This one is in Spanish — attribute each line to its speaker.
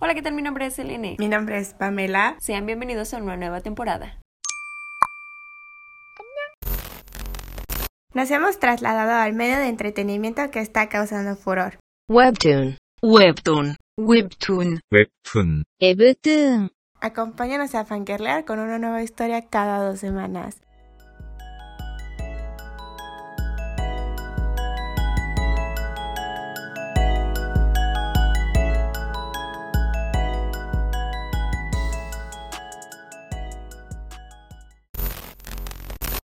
Speaker 1: Hola, ¿qué tal? Mi nombre es Elene.
Speaker 2: Mi nombre es Pamela.
Speaker 1: Sean bienvenidos a una nueva temporada.
Speaker 2: Nos hemos trasladado al medio de entretenimiento que está causando furor.
Speaker 3: 웹툰,
Speaker 4: 웹툰,
Speaker 3: 웹툰,
Speaker 5: 웹툰,
Speaker 3: 웹툰.
Speaker 2: Acompáñanos a fangirlear con una nueva historia cada dos semanas.